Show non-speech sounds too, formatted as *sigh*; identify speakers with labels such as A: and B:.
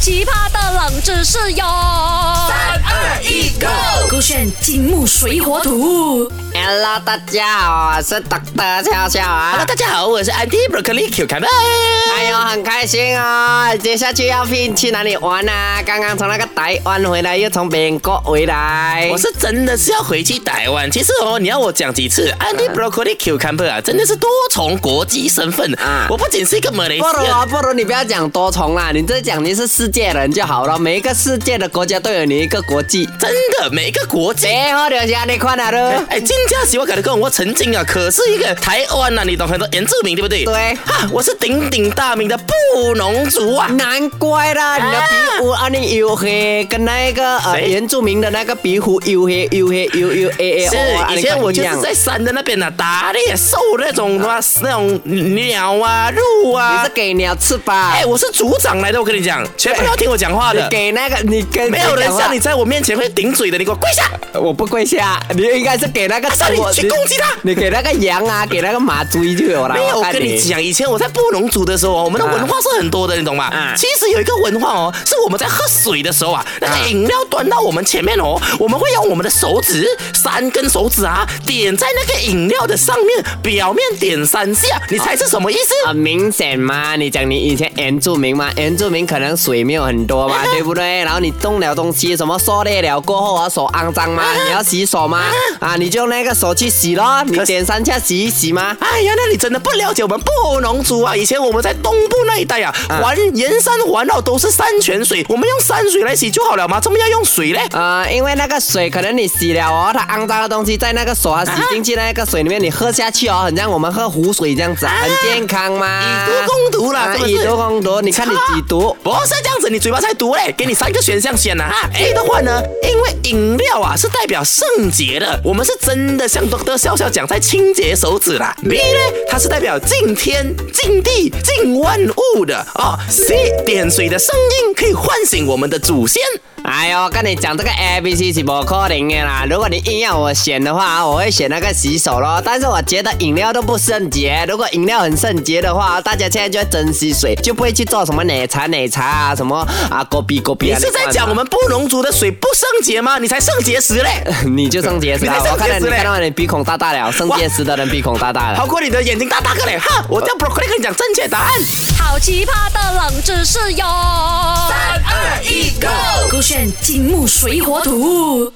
A: 奇葩的冷知识哟！三
B: 二一，Go！
A: 勾选金木水火土。
B: Hello，大家好，我是 Doctor 笑笑啊。
C: Hello，大家好，我是 Anti Broccoli Cucumber。
B: 哎呦，很开心哦！接下去要飞去哪里玩啊？刚刚从那个台湾回来，又从美国回来。
C: 我是真的是要回去台湾。其实哦，你要我讲几次，Anti Broccoli Cucumber 啊，真的是多重国籍身份啊。我不仅是一个马来西
B: 不如
C: 亚
B: 啊，不如你不要讲多重啦，你这讲你是世界人就好了，每一个世界的国家都有你一个国籍。
C: 真的每一个国籍。
B: 哎，我留下你看哪
C: *laughs*
B: 都。
C: 哎，金家喜我感觉跟我曾经啊，可是一个台湾呐、啊，你懂很多原住民对不对？
B: 对
C: 哈，我是鼎鼎大名的布农族啊。
B: 难怪啦，你的皮肤啊，你黝黑，跟那个呃
C: 谁
B: 原住民的那个皮肤黝黑黝黑黝黝 A A
C: 是
B: e, O 啊，，
C: 以前我就是在山的那边呢、啊，打猎狩那种什么那种鸟啊、鹿
B: 你
C: 啊
B: 是。给鸟吃吧？
C: 哎，我是组长来的，我跟你讲，全部都要听我讲话
B: 你
C: 的，
B: 给那个你跟
C: 没有人像你
B: 谁
C: 在我面前会顶嘴的，你给我跪下！
B: 讲话，我不跪下，你应该是给那个
C: 上你
B: 我
C: 去攻击他
B: 你给那个羊啊，给那个马追就有了。
C: 没有，我
B: 看
C: 跟你，讲，以前我在布农族的时候哦，我们的文化是很多的，你懂吗？
B: 啊
C: 其实有一个文化哦，是我们在喝水的时候啊，那个饮料端到我们前面哦，我们会用我们的手指三根手指啊，点在那个饮料的上面，表面点三下，你猜是什么意思？
B: 很明显嘛，你讲你以前原住民嘛，原住民可能水没有很多
C: 啊
B: 嘛，对不对？然后你动了东西，什么狩猎了过后啊，手肮脏嘛，你要洗手嘛，啊，你就用那个手去洗咯，你
C: 可是
B: 点三下洗一洗嘛。
C: 哎呀，那你真的不了解我们布农族啊！以前我们在东部那一带啊，
B: 啊
C: 环沿山环绕都是山泉水，我们用山水来洗就好了嘛，怎么要用水嘞？
B: 呃，因为那个水可能你洗了哦，它肮脏的东西在那个手啊洗进去那个水里面，你喝下去哦，很像我们喝湖水这样子啊，很健康嘛。
C: 以毒攻毒啦
B: 啊
C: 是不是
B: 以毒攻毒，你看你几毒？
C: 哦不是这样子，你嘴巴才毒嘞！给你三个选项选呐、啊。A 的话呢，因为饮料啊是代表圣洁的，我们是真的像 Doctor 笑笑讲在清洁手指啦。B 呢，它是代表敬天、敬地、敬万物的哦。C 点水的声音可以唤醒我们的祖先。
B: 哎呦，跟你讲这个 A B C 是不可能的啦。如果你硬要我选的话啊，我会选那个洗手咯。但是我觉得饮料都不圣洁，如果饮料很圣洁的话，大家现在就会珍惜水，就不会去做什么奶茶奶茶啊，什么啊果啤果啤
C: 你
B: 啊。
C: 是在讲我们布农族的水不圣洁吗？你才圣洁石嘞！
B: *laughs* 你就圣结石
C: *laughs*
B: 啊！
C: 你才
B: 我
C: 圣
B: 看
C: 结
B: 到
C: 石
B: 你
C: 嘞
B: 看到你鼻孔大大了，圣结石的人鼻孔大大了
C: 好。过你的眼睛大大个嘞！哈，我叫 Broccoli 跟你讲正确答案。
A: 好奇葩的冷知识哟！三
C: 二一 go
A: 勾选金木水火土。